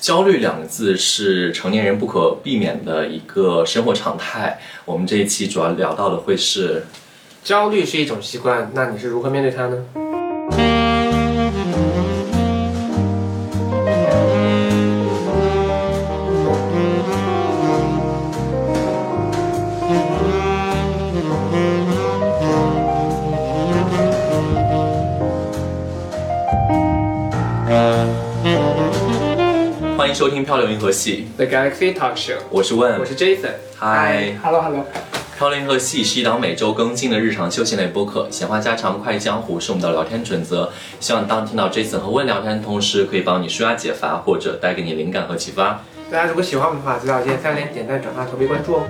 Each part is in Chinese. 焦虑两个字是成年人不可避免的一个生活常态。我们这一期主要聊到的会是焦虑是一种习惯，那你是如何面对它呢？欢迎收听《漂流银河系 The Galaxy Talk Show，》，我是问我，是 Jason。嗨， ，Hello Hello。 《漂流银河系》是一档每周更新的日常休闲类播客，闲话家常、快意江湖是我们的聊天准则。希望当听到 Jason 和问聊天的同时，可以帮你舒压解乏，或者带给你灵感和启发。大家如果喜欢我们的话，记得键三连、点赞、转发、投币、关注哦。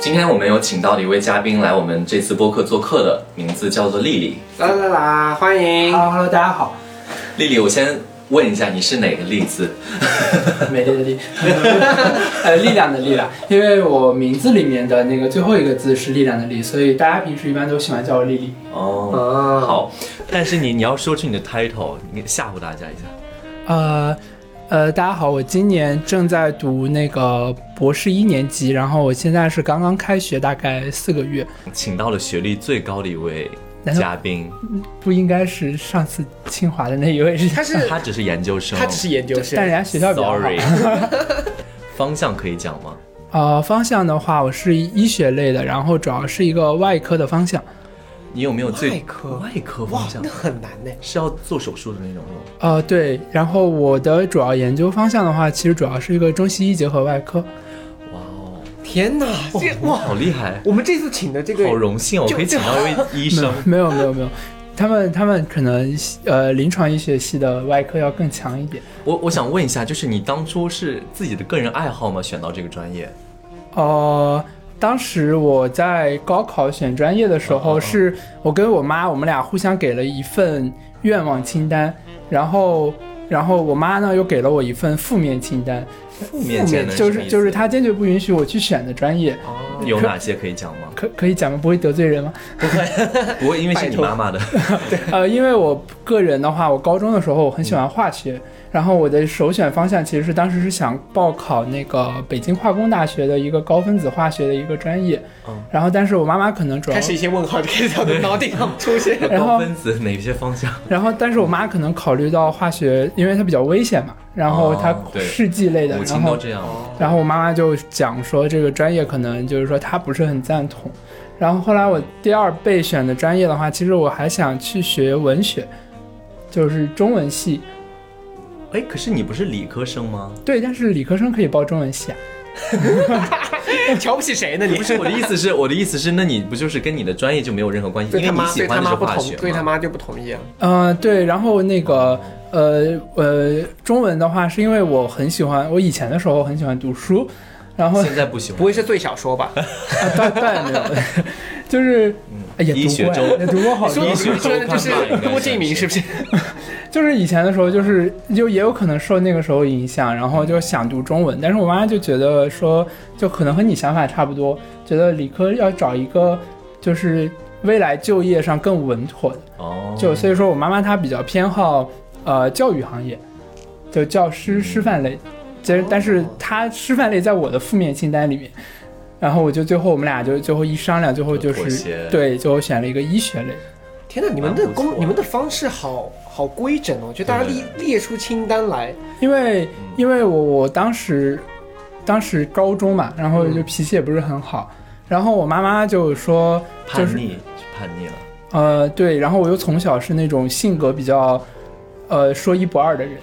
今天我们有请到的一位嘉宾来我们这次播客做客的，名字叫做丽丽。啦啦啦啦，欢迎。 Hello Hello，大家好，丽丽，我先问一下，你是哪个丽字？美丽的丽， 呃，力量的力量，因为我名字里面的那个最后一个字是力量的力，所以大家平时一般都喜欢叫我丽丽。哦，哦，好，但是你你要说出你的 title，你吓唬大家一下。呃呃，大家好，我今年正在读那个博士一年级，然后我现在是刚刚开学，大概四个月，请到了学历最高的一位难道嘉宾，不应该是上次清华的那一 位是？他是他只是研究生。他只是研究但生人。家学校比较好。 Sorry，方向可以讲吗？呃，方向的话，我是医学类的，然后主要是一个外科的方向。你有没有最外科外科哇方，向那很难呢。是要做手术的那种吗？呃，对，然后我的主要研究方向的话，其实主要是一个中西医结合外科。哇哦，天哪，这哇，哇，好厉害！我们这次请的这个好荣幸哦，我就可以请到一位医没生。有没有没有没有，他们他们可能呃临床医学系的外科要更强一点。我我想问一下，就是你当初是自己的个人爱好吗？选到这个专业？呃，当时我在高考选专业的时哦哦候，哦是我跟我妈，我们俩互相给了一份愿望清单，然后然后我妈呢又给了我一份负面清单，负面技能就是就是她坚决不允许我去选的专业。哦有哪些可以讲吗？可可以讲吗？不会得罪人吗？不过因为是你拜托妈妈的，呃，因为我个人的话，我高中的时候我很喜欢化学，然后我的首选方向其实是当时是想报考那个北京化工大学的一个高分子化学的一个专业，嗯然后但是我妈妈可能主要开，始一些问号就开始在我的脑顶上出 现。然后高分子哪些方向？然后但是我妈可能考虑到化学，因为它比较危险嘛，然后它哦对试剂类的，母然亲都后这样吗。然后我妈妈就讲说这个专业可能就是说她不是很赞同，然后后来我第二备选的专业的话，其实我还想去学文学，就是中文系。哎，可是你不是理科生吗？对，但是理科生可以报中文系啊。瞧不起谁呢？你不是，我的意思是，我的意思是，那你不就是跟你的专业就没有任何关系？对因为他你妈喜对他欢的是妈不化同，学对他嘛。妈就不同意啊。嗯、对，然后那个呃呃，中文的话，是因为我很喜欢，我以前的时候很喜欢读书，然后现在不喜欢不。会是最小 说吧？啊倒倒也没有，就是哎也嗯医读学过周哎，也读过好说多哦你。说的就是郭敬明是不是？就是以前的时候，就是就也有可能受那个时候影响，然后就想读中文，但是我妈就觉得说，就可能和你想法差不多，觉得理科要找一个就是未来就业上更稳妥的。哦，就所以说我妈妈她比较偏好呃教育行业，就教师师范类，但是但是她师范类在我的负面清单里面，然后我就最后我们俩就最后一商量，最后就妥协是对，最后选了一个医学类。天哪，你们的蛮不错工，的你们的方式好好规整哦，就大家对列列出清单来。因为因为我我当时当时高中嘛，然后就嗯脾气也不是很好，然后我妈妈就说就叛是逆，叛逆了。呃对，然后我又从小是那种性格比较呃说一不二的人。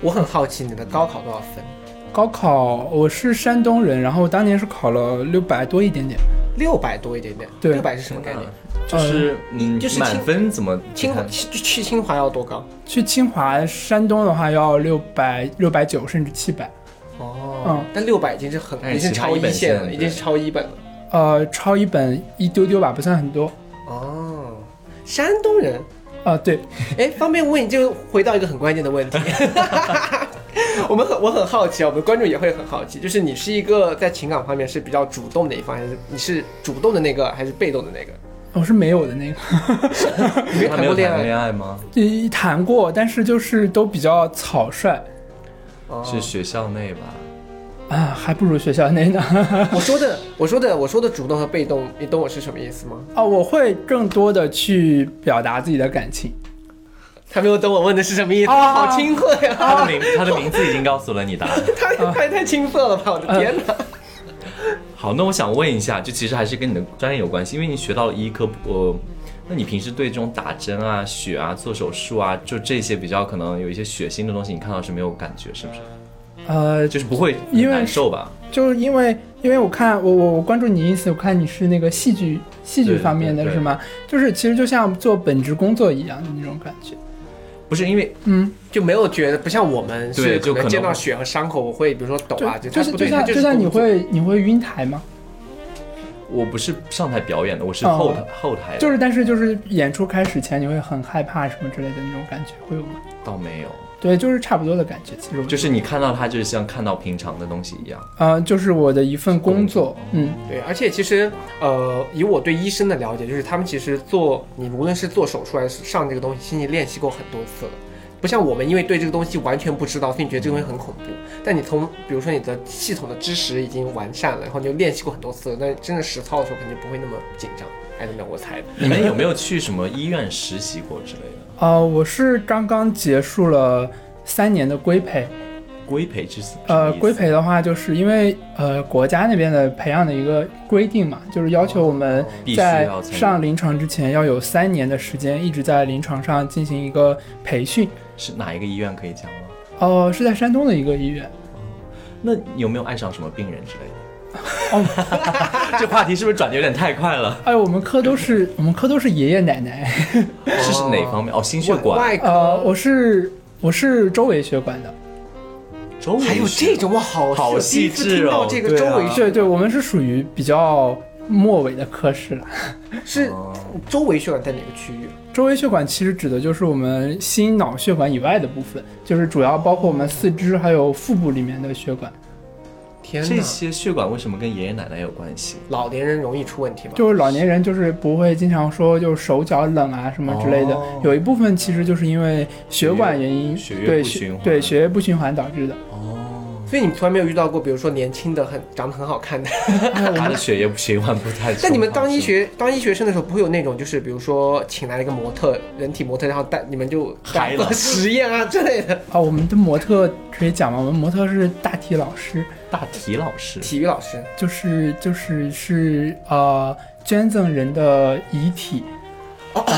我很好奇你的高考多少分？高考我是山东人，然后我当年是考了六百多一点点，六六百多一点点，对六百是什么概念？嗯就是你就是满分怎么清华嗯看去去清华要多高？去清华山东的话要六百六百九甚至七百，哦嗯，但六百已经是很，哎已经是超清华一一线本线了，对已经是超一本了。呃，超一本一丢丢吧，不算很多。哦，山东人，啊、对， 哎，方便问你就回到一个很关键的问题， 我们很我很好奇啊，我们观众也会很好奇，就是你是一个在情感方面是比较主动的一方，还是你是主动的那个，还是被动的那个？我是没有的那个，你 没他谈没有过恋谈过爱恋爱吗？呃谈过，但是就是都比较草率哦是学校内吧？啊，还不如学校那呢。 我说的，我说的，我说的主动和被动，你懂我是什么意思吗？哦，我会更多的去表达自己的感情。 他没有懂我问的是什么意思，啊好轻佻呀、 他的名他的名字已经告诉了你答案。太太太青涩了吧！我的天哪，好，那我想问一下，就其实还是跟你的专业有关系，因为你学到了医科，呃，那你平时对这种打针啊、血啊、做手术啊，就这些比较可能有一些血腥的东西，你看到是没有感觉，是不是？呃，就是不会很因为难受吧？就是因为因为我看我我我关注你意思，我看你是那个戏剧戏剧对方面的对对是吗？就是其实就像做本职工作一样的那种感觉。不是因为嗯，就没有觉得不像我们对是就可能见到血和伤口，我会比如说抖啊，就它是不就对，它像就就是像你工作会你会晕台吗？我不是上台表演的，我是哦后台、后台的，就是但是就是演出开始前你会很害怕什么之类的那种感觉会有吗？倒没有，对，就是差不多的感觉。其实我就是你看到它就是像看到平常的东西 一样。呃，就是我的一份工作工作，嗯，对，而且其实，呃，以我对医生的了解，就是他们其实做你无论是做手术还是上这个东西，心里练习过很多次了。不像我们，因为对这个东西完全不知道，所以你觉得这个东西很恐怖。但你从比如说你的系统的知识已经完善了，然后你就练习过很多次了，那真的实操的时候肯定不会那么紧张。哎，那我猜的。你们有没有去什么医院实习过之类的？ 呃，我是刚刚结束了三年的规培，规培之死呃，规培的话，就是因为呃国家那边的培养的一个规定嘛，就是要求我们哦必须在要参与上临床之前要有三年的时间一直在临床上进行一个培训。是哪一个医院可以讲吗？哦、是在山东的一个医院。那有没有爱上什么病人之类的？哦这话题是不是转的有点太快了？哎，我们科 都是我们科都是爷爷奶奶。是是哪方面？哦，心血管、外外科、呃，我是我是周围血管的，周围还有血这种，哇，好好我第一次细致听到哦这个对周围啊血对对，我们是属于比较末尾的科室了。是哦周围血管在哪个区域？啊周围血管其实指的就是我们心脑血管以外的部分，就是主要包括我们四肢还有腹部里面的血管。天这哪，些血管为什么跟爷爷奶奶有关系？老年人容易出问题吧？就是老年人就是不会经常说就手脚冷啊什么之类的，哦有一部分其实就是因为血管原因，血液对血液不循环对血液不循环导致的。哦，所以你们从来没有遇到过，比如说年轻的很长得很好看的。他的血液循环不太。但你们当医，学当医学生的时候，不会有那种就是比如说请来一个模特，人体模特，然后带你们就嗨了做 实验啊之类的。啊，我们的模特可以讲吗？我们模特是大体老师，大体老师体育老师， 就是就是是呃捐赠人的遗体，不好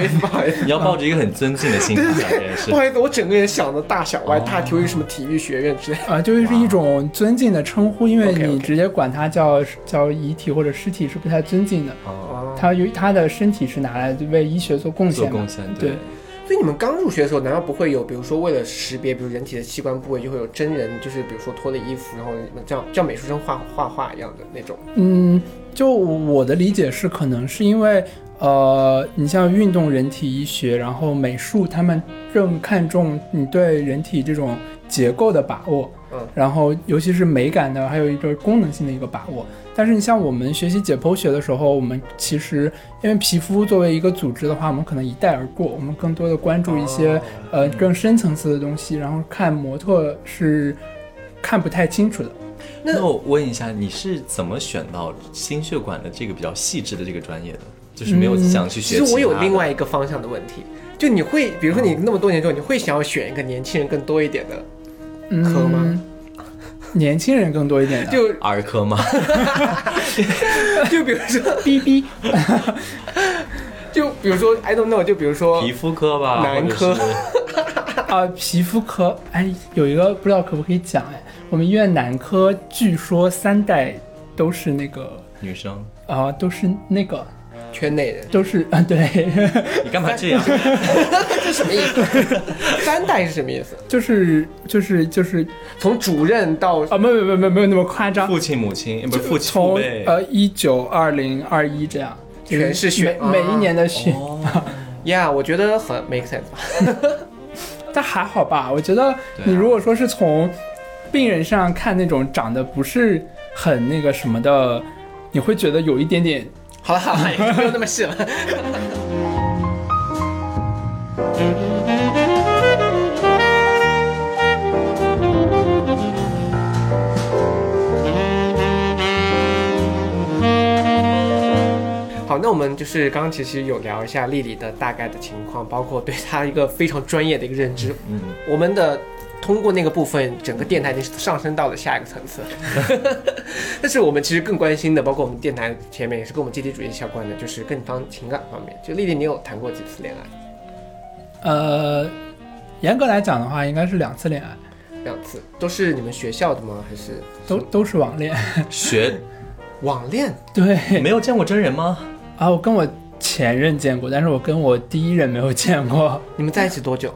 意思，不好意思，你要抱着一个很尊敬的 心情讲这件不事。好意思，我整个人想的大小歪，大体育什么体育学院之类的。啊，就是一种尊敬的称呼，因为 OK，OK 你直接管它叫叫遗体或者尸体是不太尊敬的。哦，哦，它由于它的身体是拿来为医学做贡做献贡嘛，献对对。所以你们刚入学的时候，难道不会有，比如说为了识别，比如人体的器官部位，就会有真人，就是比如说脱了衣服，然后这样像美术生画画画一样的那种？嗯，就我的理解是，可能是因为呃，你像运动人体医学，然后美术，他们更看重你对人体这种结构的把握，嗯然后尤其是美感的，还有一个功能性的一个把握。但是你像我们学习解剖学的时候，我们其实因为皮肤作为一个组织的话，我们可能一带而过，我们更多的关注一些、哦呃更深层次的东西，然后看模特是看不太清楚的。那那我问一下，你是怎么选到心血管的这个比较细致的这个专业的？就是没有想去学嗯其实我有他的嗯另外一个方向的问题，就你会，比如说你那么多年之后，你会想要选一个年轻人更多一点的，科吗嗯？年轻人更多一点的，就儿科 吗？就比如说，逼逼，就比如说，I don't know，就比如说皮，肤科吧，哦男或者科是啊，皮肤科，哎，有一个不知道可不可以讲哎，我们医院男科据说三代都是那个女生。啊、都是那个圈内人， 都是啊，对， 你干嘛这样？这什么意思？ 三代是什么意思？就是就是就是从主任到啊，没有没有没有没有那么夸张，父亲、母亲，哎不是父亲父从辈。呃一九二零二一这样，就是全是血每每一年的血，啊 哦，呀，我觉得很 make sense 吧。但还好吧，我觉得对啊你如果说是从病人身上看那种长得不是很那个什么的，你会觉得有一点点好了好了，也不用那么细了。好，那我们就是刚刚其实有聊一下丽丽的大概的情况，包括对她一个非常专业的一个认知。嗯，我们的通过那个部分，整个电台已经上升到了下一个层次。 但是我们其实更关心的，包括我们电台前面也是跟我们阶级主义相关的，就是更方情感方面。就丽丽，你有谈过几次恋爱？呃，严格来讲的话，应该是两次恋爱，两次，都是你们学校的吗？还是都都是网恋。 学网恋？对没有见过真人吗？啊，我跟我前任见过，但是我跟我第一任没有见过，你们在一起多久？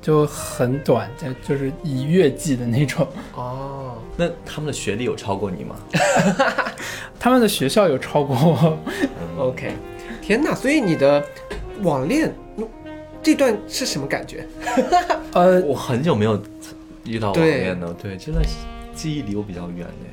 就很短，就就是一月季的那种。哦，那他们的学历有超过你吗？他们的学校有超过我， OK，天哪！所以你的网恋，嗯这段是什么感觉？呃，我很久没有遇到网对恋了，对，真的是记忆离我比较远哎。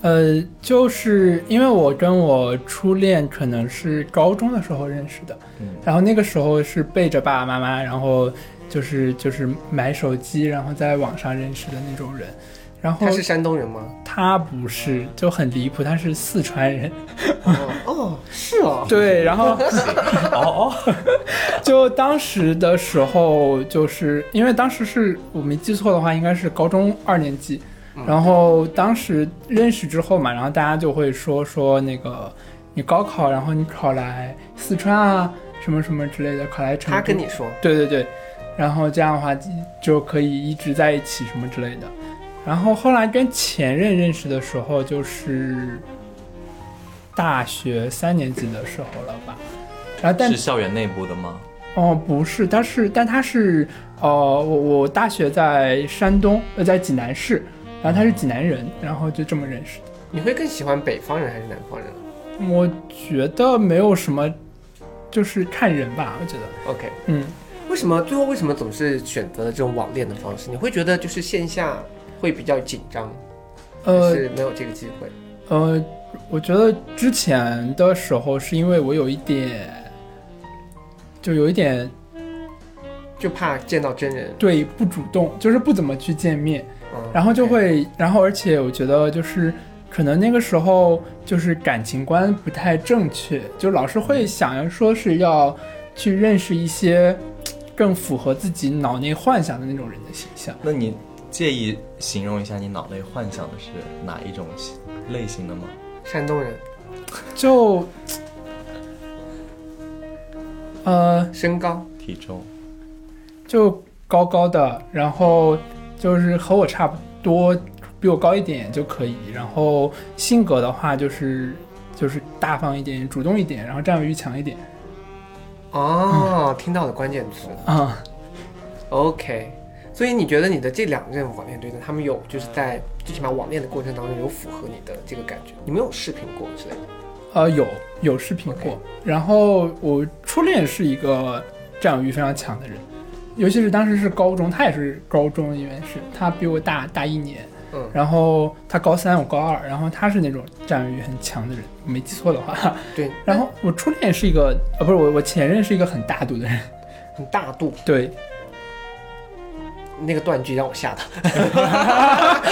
呃，就是因为我跟我初恋可能是高中的时候认识的，嗯然后那个时候是背着爸爸妈妈，然后就是就是买手机，然后在网上认识的那种人。然后他是山东人吗？他不是，就很离谱，他是四川人。哦，哦是哦。对，然后哦哦， 就当时的时候，就是因为当时是我没记错的话，应该是高中二年级。嗯然后当时认识之后嘛，然后大家就会说说那个你高考，然后你考来四川啊，什么什么之类的，考来成都。啊他跟你说，对对对，然后这样的话就可以一直在一起什么之类的。然后后来跟前任认识的时候，就是大学三年级的时候了吧。然后但是校园内部的吗？哦不是，他是但他是哦、呃我我大学在山东，呃在济南市，然后他是济南人，然后就这么认识的。你会更喜欢北方人还是南方人我觉得没有什么，就是看人吧，我觉得， ？OK，嗯。为什么最后为什么总是选择了这种网恋的方式？你会觉得就是线下会比较紧张，呃，还是没有这个机会。呃，我觉得之前的时候是因为我有一点，就有一点就怕见到真人，对不主动，就是不怎么去见面，嗯然后就会，然后而且我觉得就是可能那个时候就是感情观不太正确，就老是会想要说是要去认识一些更符合自己脑内幻想的那种人的形象。那你介意形容一下你脑内幻想的是哪一种类型的吗？山东人，就，呃，身高体重？就高高的，然后就是和我差不多，比我高一点就可以。然后性格的话，就是就是大方一点，主动一点，然后占有欲强一点哦，嗯听到了关键词啊、 ，OK。所以你觉得你的这两任网恋对象，他们有就是在最起码网恋的过程当中有符合你的这个感觉？你们有视频过之类的？呃，有有视频过。 OK 然后我初恋是一个占有欲非常强的人，尤其是当时是高中，他也是高中，因为是他比我大大一年。嗯，然后他高三，我高二，然后他是那种占有欲很强的人，没记错的话。对，然后我初恋是一个，呃，不是我，我前任是一个很大度的人，很大度，对，那个断句让我吓到。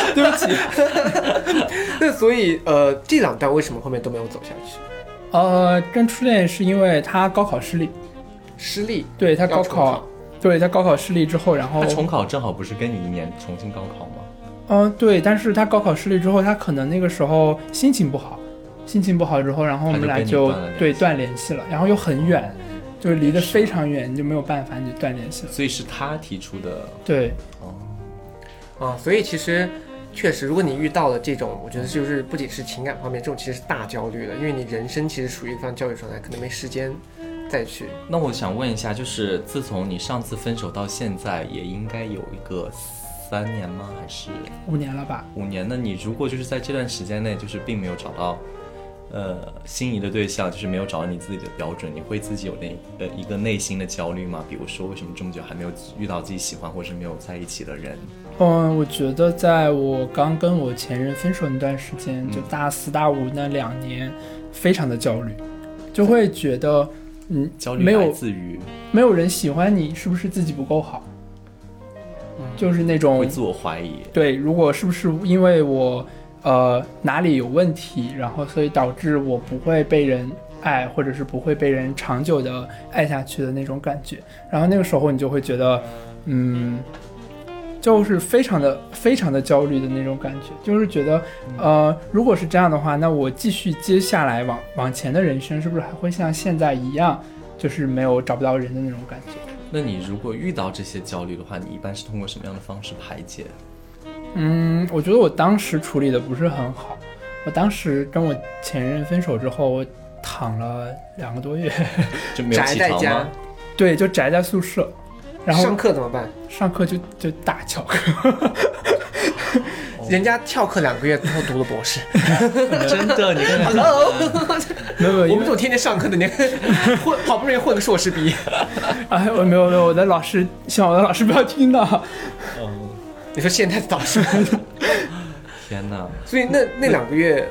对不起， 那所以呃，这两段为什么后面都没有走下去？呃，跟初恋是因为他高考失利，失利，对他要高重考，对他高考失利之后，然后他，重考正好不是跟你一年重新高考吗？嗯、对，但是他高考失利之后，他可能那个时候心情不好，心情不好之后，然后我们他俩就就跟你断了联系对断联系了，然后又很远，就离得非常远，你就没有办法，你就断联系了，所以是他提出的对，哦。啊，所以其实确实，如果你遇到了这种，我觉得就是不仅是情感方面，这种其实是大焦虑的，因为你人生其实处于一个非常焦虑状态，可能没时间再去。那我想问一下，就是自从你上次分手到现在，也应该有一个三年吗？还是五年了吧，五年？那你如果就是在这段时间内，就是并没有找到呃心仪的对象就是没有找到你自己的标准，你会自己有那呃一个内心的焦虑吗？比如说为什么这么久还没有遇到自己喜欢或是没有在一起的人？嗯，我觉得在我刚跟我前任分手那段时间，嗯就大四大五那两年，非常的焦虑，就会觉得，嗯，焦虑没来有自于嗯没有人喜欢你，是不是自己不够好？就是那嗯会种自我怀疑，对，如果是不是因为我呃哪里有问题，然后所以导致我不会被人爱，或者是不会被人长久的爱下去的那种感觉。然后那个时候你就会觉得，嗯，就是非常的非常的焦虑的那种感觉，就是觉得呃，如果是这样的话，那我继续接下来往往前的人生是不是还会像现在一样，就是没有找不到人的那种感觉？那你如果遇到这些焦虑的话，你一般是通过什么样的方式排解？嗯，我觉得我当时处理的不是很好。我当时跟我前任分手之后，我躺了两个多月， 就没有宅起在床家吗？， 对，就宅在宿舍，然上后课怎么办？上课就就大 翘课，哦人家翘课两个月之后读了博 士真的，你跟，Hello，没有没有，我因们这为种天天上课的，你混好不容易混个硕士毕业，哎，我没有没有，我的老师希望我的老师不要 听到。嗯，你说现在的导 师，天哪，所以那那两个月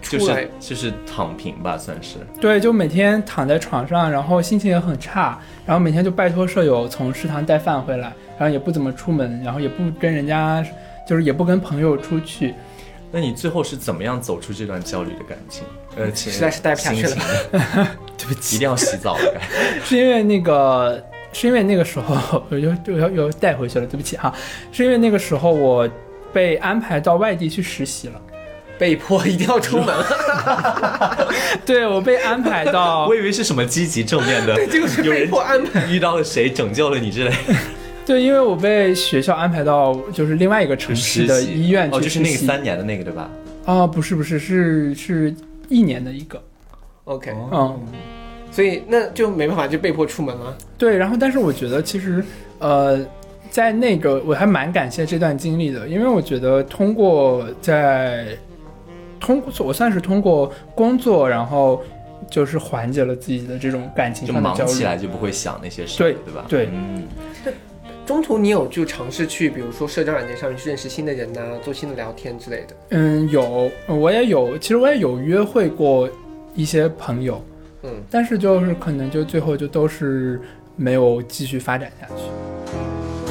就 出来是就是躺平吧，算是。对，就每天躺在床上，然后心情也很差，然后每天就拜托舍友从食堂带饭回来，然后也不怎么出门，然后也不跟人家，就是也不跟朋友出去，那你最后是怎么样走出这段焦虑的感情？呃，情实在是待不下去了心情对不起，一定要洗澡了，该是因为那个，是因为那个时候 我又又又又带回去了，对不起哈，是因为那个时候我被安排到外地去实习了， 被迫一定要出门了，对我被安排到 我，以为是什么积极正面的， 这个是有被人迫安排。遇到了谁拯救了你之类的对，因为我被学校安排到就是另外一个城市实的习医院哦，去就实是习。那个三年的那个对吧？啊，不是不是是是一年的一个，嗯 OK，哦所以那就没办法，就被迫出门了。对，然后但是我觉得其实，呃，在那个我还蛮感谢这段经历的，因为我觉得通过在通过我算是通过工作，然后就是缓解了自己的这种感情就上的焦忙起虑。来就不会想那些事，对对吧？对嗯，中途你有就尝试去，比如说社交软件上面去认识新的人呐、做新的聊天之类的。嗯，有我也有，其实我也有约会过一些朋友，嗯，但是就是可能就最后就都是没有继续发展下去。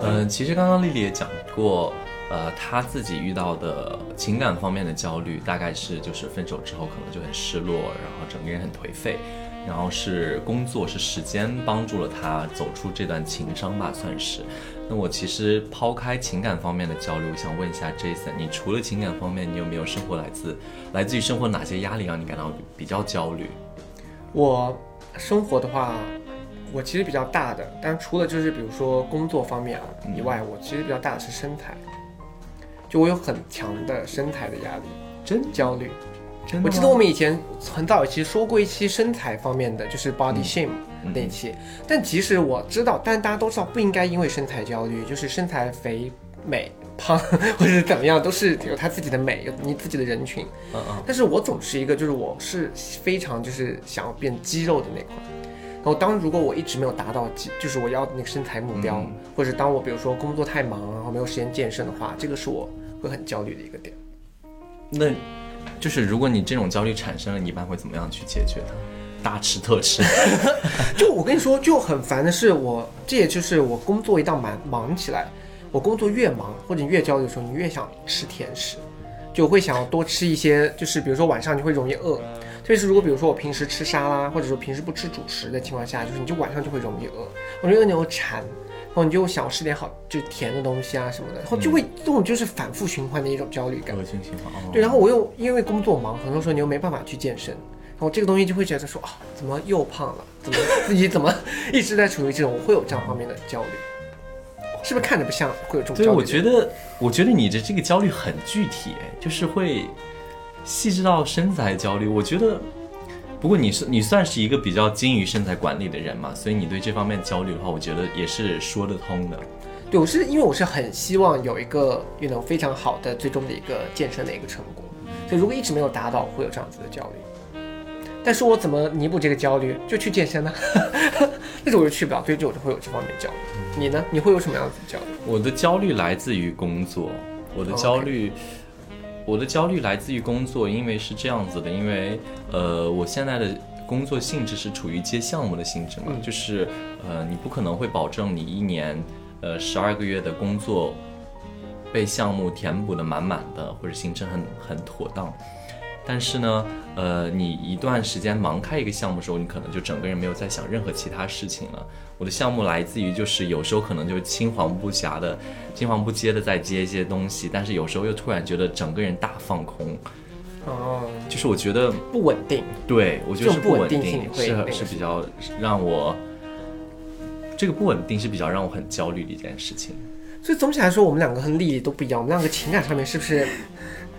呃，其实刚刚丽丽也讲过，呃，她自己遇到的情感方面的焦虑，大概是就是分手之后可能就很失落，然后整个人很颓废，然后是工作是时间帮助了她走出这段情伤吧，算是。那我其实抛开情感方面的焦虑，我想问一下 Jason，你除了情感方面，你有没有生活来自来自于生活哪些压力让你感到比比较焦虑？我生活的话，我其实比较大的，但除了就是比如说工作方面啊嗯以外，我其实比较大的是身材，就我有很强的身材的压力，真焦虑。真的我吗记得我们以前很早期说过一期身材方面的，就是 body shame 嗯那一期。但其实我知道，但大家都知道不应该因为身材焦虑，就是身材肥美。胖 或者是怎么样，都是有他自己的美，有你自己的人群。嗯嗯，但是我总是一个，就是我是非常就是想要变肌肉的那块。然后当如果我一直没有达到肌，就是我要的那个身材目标，嗯或者当我比如说工作太忙，然后没有时间健身的话，这个是我会很焦虑的一个点。那就是如果你这种焦虑产生了，你一般会怎么样去解决它？大吃特吃， 就我跟你说，就很烦的是我，这也就是我工作一旦忙忙起来，我工作越忙或者你越焦虑的时候，你越想吃甜食，就会想要多吃一些，就是比如说晚上你会容易饿，特别是如果比如说我平时吃沙拉，或者说平时不吃主食的情况下，就是你就晚上就会容易饿，我觉得你有馋。然后你就想吃点好，就甜的东西啊什么的，然后就会这种就是反复循环的一种焦虑感。恶性循环。哦对，然后我又因为工作忙，很多时候你又没办法去健身，然后这个东西就会觉得说啊，怎么又胖了？怎么自己怎么一直在处于这种，我会有这样方面的焦虑，是不是看着不哦像会有这种焦虑？对，我觉，得，我觉得你的这个焦虑很具体，哎就是会细致到身材焦虑，我觉得。不过你是你算是一个比较精于身材管理的人嘛，所以你对这方面焦虑的话，我觉得也是说得通的。对我是因为我是很希望有一个运动非常好的最终的一个健身的一个成果，所以如果一直没有达到，会有这样子的焦虑。但是我怎么弥补这个焦虑？就去健身呢、 但是我就去不了，所以就我就会有这方面焦虑。你呢？你会有什么样子的焦虑？我的焦虑来自于工作，我的焦虑我的焦虑来自于工作，因为是这样子的，因为呃，我现在的工作性质是处于接项目的性质嘛，嗯就是呃，你不可能会保证你一年呃十二个月的工作被项目填补的满满的，或者行程很很妥当。但是呢，呃，你一段时间忙开一个项目的时候，你可能就整个人没有在想任何其他事情了。我的项目来自于就是有时候可能就是青黄不暇的、青黄不接的在接一些东西，但是有时候又突然觉得整个人大放空，哦，就是我觉得不稳定。对我觉得是这种不稳稳定性会是那个是什比么较让我这个不稳定是比较让我很焦虑的一件事情。所以总体来说，我们两个和丽丽都不一样，我们两个情感上面是不是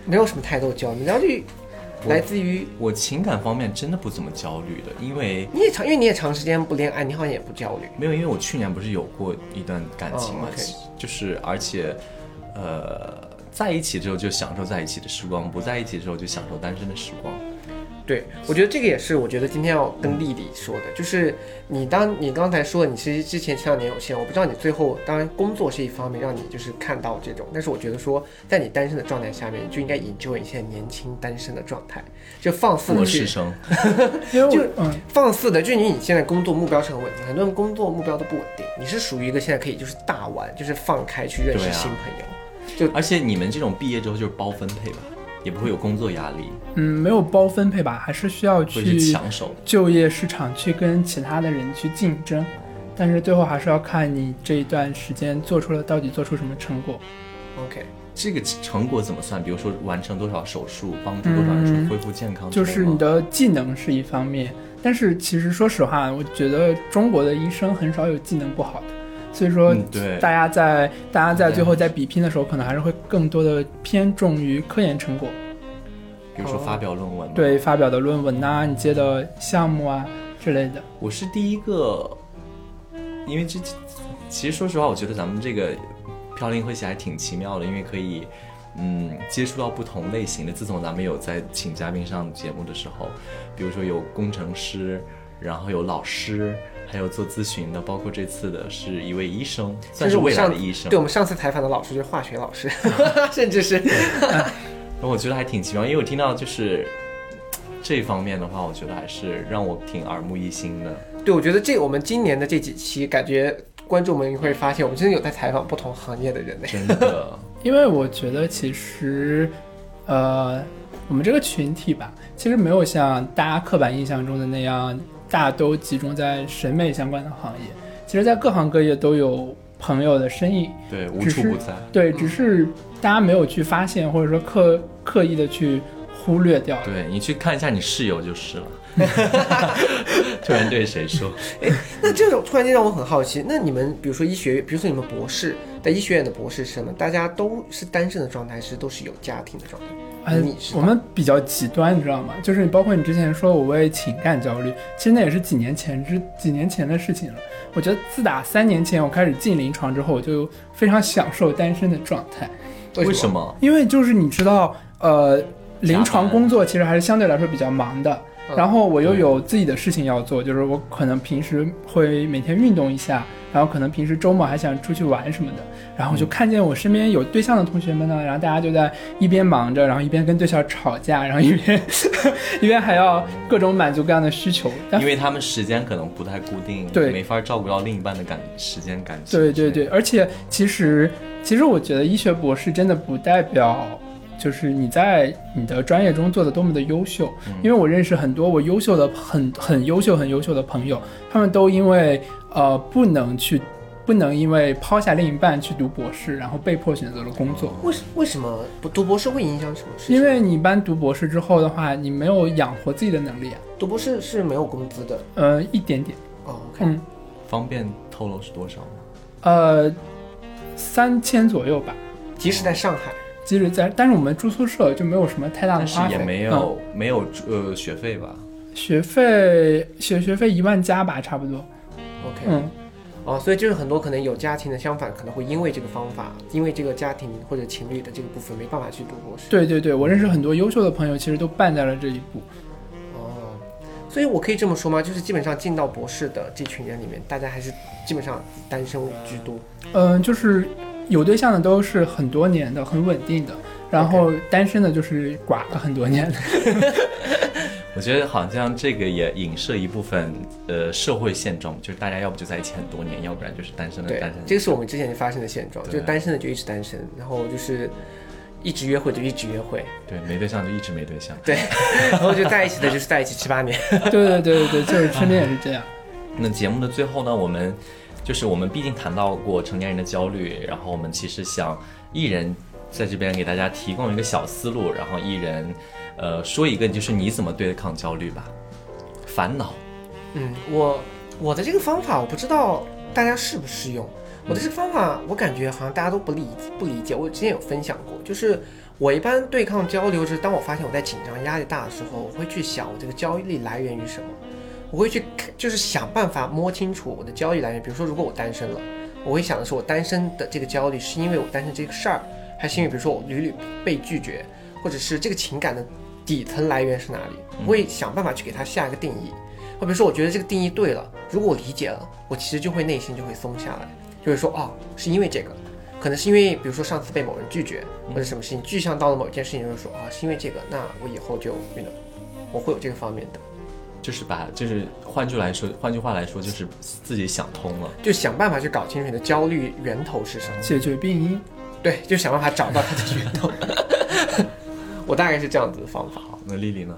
没有什么太多焦虑？焦虑来自于我情感方面真的不怎么焦虑的，因为你也长，因为你也长时间不恋爱，你好像也不焦虑。没有，因为我去年不是有过一段感情嘛哦，，OK 其就是而且，呃，在一起之后就享受在一起的时光，不在一起之后就享受单身的时光。对，我觉得这个也是，我觉得今天要跟丽丽说的，就是你当你刚才说你其实之前前两年有限，我不知道你最后当然工作是一方面让你就是看到这种，但是我觉得说在你单身的状态下面，你就应该 enjoy 你现在年轻单身的状态，就放肆博的士去生，因为我就嗯，放肆的，就因为你现在工作目标是很稳定，很多人工作目标都不稳定，你是属于一个现在可以就是大玩，就是放开去认识对啊新朋友，而且你们这种毕业之后就是包分配吧，也不会有工作压力，嗯，没有包分配吧，还是需要会去去抢手。就业市场去跟其他的人去竞争，但是最后还是要看你这一段时间做出了到底做出什么成果。 OK，这个成果怎么算？比如说完成多少手术，帮助多少人嗯恢复健康之就类吗，是你的技能是一方面，但是其实说实话，我觉得中国的医生很少有技能不好的，所以说嗯对大家在、大家在最后对在比拼的时候，可能还是会更多的偏重于科研成果，比如说发表论文。，啊对发表的论文呐、你接的项目啊之类的。我是第一个，因为这其实说实话，我觉得咱们这个飘零会写还挺奇妙的，因为可以。嗯，接触到不同类型的。自从咱们有在请嘉宾上节目的时候，比如说有工程师，然后有老师，还有做咨询的，包括这次的是一位医生，算就是是啊我们未来上的医生。对我们上次采访的老师就是化学老师， 甚至是那我觉得还挺奇妙，因为我听到就是嘖这方面的话，我觉得还是让我挺耳目一新的。对，我觉得这我们今年的这几期，感觉观众们会发现，我们真的有在采访不同行业的 人类。真的，因为我觉得其实，呃，我们这个群体吧，其实没有像大家刻板印象中的那样，大都集中在审美相关的行业。其实，在各行各业都有朋友的身影，对，无处不在。对，只是大家没有去发现，或者说刻刻意的去忽略掉。对你去看一下你室友就是 了。突然对谁说？那这种突然间让我很好奇，那你们比如说医学院，比如说你们博士在医学院的博士生们，大家都是单身的状态，还是都是有家庭的状态？哎你是，我们比较极端，你知道吗？就是你包括你之前说我为情感焦虑，其实那也是几年前之几年前的事情了。我觉得自打三年前我开始进临床之后，我就非常享受单身的状态，为什什么？么？因为就是你知道，呃，临加班床工作其实还是相对来说比较忙的。嗯然后我又有自己的事情要做，就是我可能平时会每天运动一下，然后可能平时周末还想出去玩什么的，然后我就看见我身边有对象的同学们呢，然后大家就在一边忙着，然后一边跟对象吵架，然后一边 一边还要各种满足各样的需求。但因为他们时间可能不太固定，对没法照顾到另一半的感时间感情。对对对，，而且其实其实我觉得医学博士真的不代表。就是你在你的专业中做的多么的优秀，嗯因为我认识很多我优秀的很很优秀很优秀的朋友，他们都因为呃不能去不能因为抛下另一半去读博士，然后被迫选择了工哦作。为什为什么不读博士会影响什么事情？因为你一般读博士之后的话，你没有养活自己的能力啊，读博士是没有工资的呃，一点点，哦。OK，嗯，方便透露是多少吗？呃，三千左右吧。即使在上海，机制在，但是我们住宿舍就没有什么太大的但是花费，也没嗯、有、没有呃学费吧？学费学学费一万加吧，差不多， OK，、嗯，哦，所以就是很多可能有家庭的相反，可能会因为这个方法，因为这个家庭或者情侣的这个部分没办法去读博士。对对对，我认识很多优秀的朋友，其实都办在了这一步，哦，所以我可以这么说吗？就是基本上进到博士的这群人里面，大家还是基本上单身居多。嗯、就是有对象的都是很多年的，很稳定的。然后单身的就是寡了很多年的，我觉得好像这个也影射一部分呃社会现状，就是大家要不就在一起很多年，要不然就是单身的对嗯单身，的。这个是我们之前发生的现状，对就单身的就一直单身，然后就是一直约会就一直约会，对没对象就一直没对象。对， 然后就在一起的就是在一起七八年。对对对对对，就是身边也是这样。那节目的最后呢，我们就是我们毕竟谈到过成年人的焦虑，然后我们其实想一人在这边给大家提供一个小思路，然后一人呃说一个就是你怎么对抗焦虑吧，烦恼。嗯，我我的这个方法我不知道大家适不适用。我的这个方法，我感觉好像大家都不理不理解。我之前有分享过，就是我一般对抗焦虑，就是当我发现我在紧张、压力大的时候，我会去想我这个焦虑来源于什么，我会去看就是想办法摸清楚我的焦虑来源。比如说，如果我单身了，我会想的是我单身的这个焦虑是因为我单身这个事儿，还是因为比如说我屡屡被拒绝，或者是这个情感的底层来源是哪里？我会想办法去给它下一个定义。好，比如说我觉得这个定义对了，如果我理解了，我其实就会内心就会松下来，就会说哦，是因为这个，可能是因为比如说上次被某人拒绝或者什么事情，具象到了某一件事情，就会说啊、是因为这个，那我以后就 you know，我会有这个方面的，就是把，就是换句来说，换句话来说，就是自己想通了。就想办法去搞清楚你的焦虑源头是什么，解决病因，对，就想办法找到它的源头。 我大概是这样子的方法。那丽丽呢？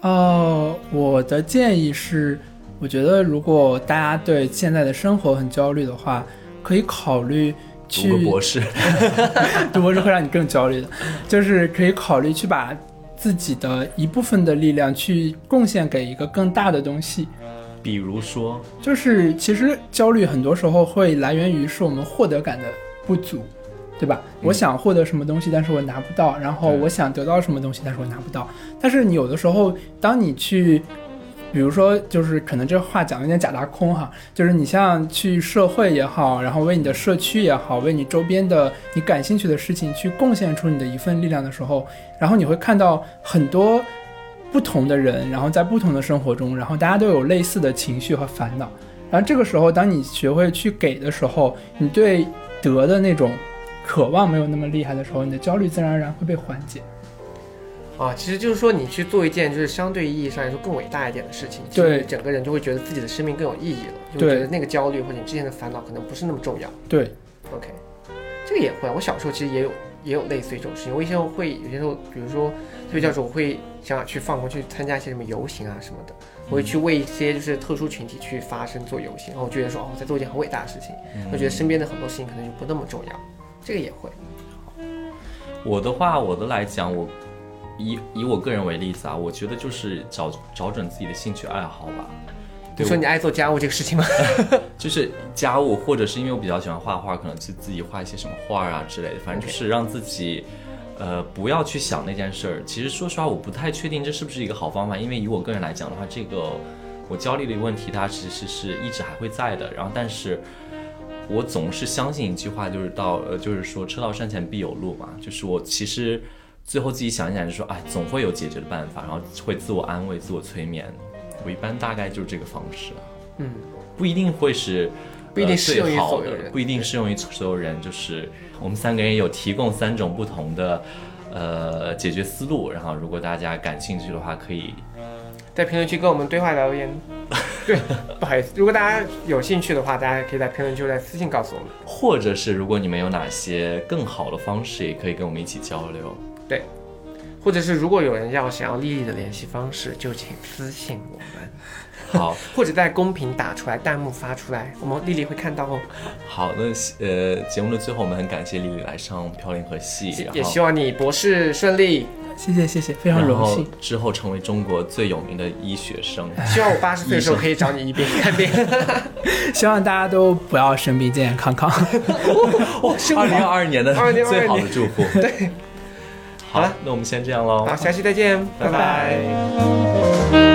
呃，我的建议是，我觉得如果大家对现在的生活很焦虑的话，可以考虑去读个博士， 读博士会让你更焦虑的，就是可以考虑去把自己的一部分的力量去贡献给一个更大的东西。比如说，就是其实焦虑很多时候会来源于是我们获得感的不足，对吧？我想获得什么东西，但是我拿不到；然后对我想得到什么东西，但是我拿不到。但是你有的时候，当你去，比如说，就是可能这话讲得有点假大空哈，就是你像去社会也好，然后为你的社区也好，为你周边的你感兴趣的事情去贡献出你的一份力量的时候，然后你会看到很多不同的人，然后在不同的生活中，然后大家都有类似的情绪和烦恼。然后这个时候，当你学会去给的时候，你对得的那种渴望没有那么厉害的时候，你的焦虑自然而然会被缓解。啊，其实就是说你去做一件就是相对意义上来说更伟大一点的事情，对其实你整个人就会觉得自己的生命更有意义了，就会对觉得那个焦虑或者你之前的烦恼可能不是那么重要。对， OK，这个也会啊，我小时候其实也有也有类似于这种事情，我以前会有些时候，比如说睡觉时候我会想去放空去参加一些什么游行啊什么的，我会去嗯为一些就是特殊群体去发声做游行，然后我觉得说哦我在做一件很伟大的事情，我嗯觉得身边的很多事情可能就不那么重要，这个也会。我的话，我的来讲，我以以我个人为例子啊，我觉得就是找找准自己的兴趣爱好吧。你对，说你爱做家务这个事情吗？就是家务，或者是因为我比较喜欢画画，可能就自己画一些什么画啊之类的，反正就是让自己。呃，不要去想那件事儿。其实说实话，我不太确定这是不是一个好方法，因为以我个人来讲的话，这个我焦虑的问题，它其实是一直还会在的。然后，但是我总是相信一句话，就是到呃，就是说车到山前必有路嘛。就是我其实最后自己想一想，就说哎，总会有解决的办法，然后会自我安慰、自我催眠。我一般大概就是这个方式啊。嗯，不一定会是。不一定呃适用于最好所有的人不一定适用于所有人。就是我们三个人有提供三种不同的呃解决思路，然后如果大家感兴趣的话，可以在评论区跟我们对话 留言。对，不好意思，如果大家有兴趣的话，大家可以在评论区来私信告诉我们。或者是如果你们有哪些更好的方式，也可以跟我们一起交流。或者是如果有人要想要丽丽的联系方式，就请私信我们，好，或者在公屏打出来，弹幕发出来，我们丽丽会看到哦。好，那呃节目的最后，我们很感谢丽丽来上《飘零河系》，然后也希望你博士顺利，谢谢谢谢，非常荣幸。之后成为中国最有名的医学 生。希望我八十岁的时候可以找 你一边 看病。希望大家都不要生病，健健康康。我生二病零二二年的2022最好的祝福。对，好好了那我们先这样喽，好，下期再见，拜拜拜拜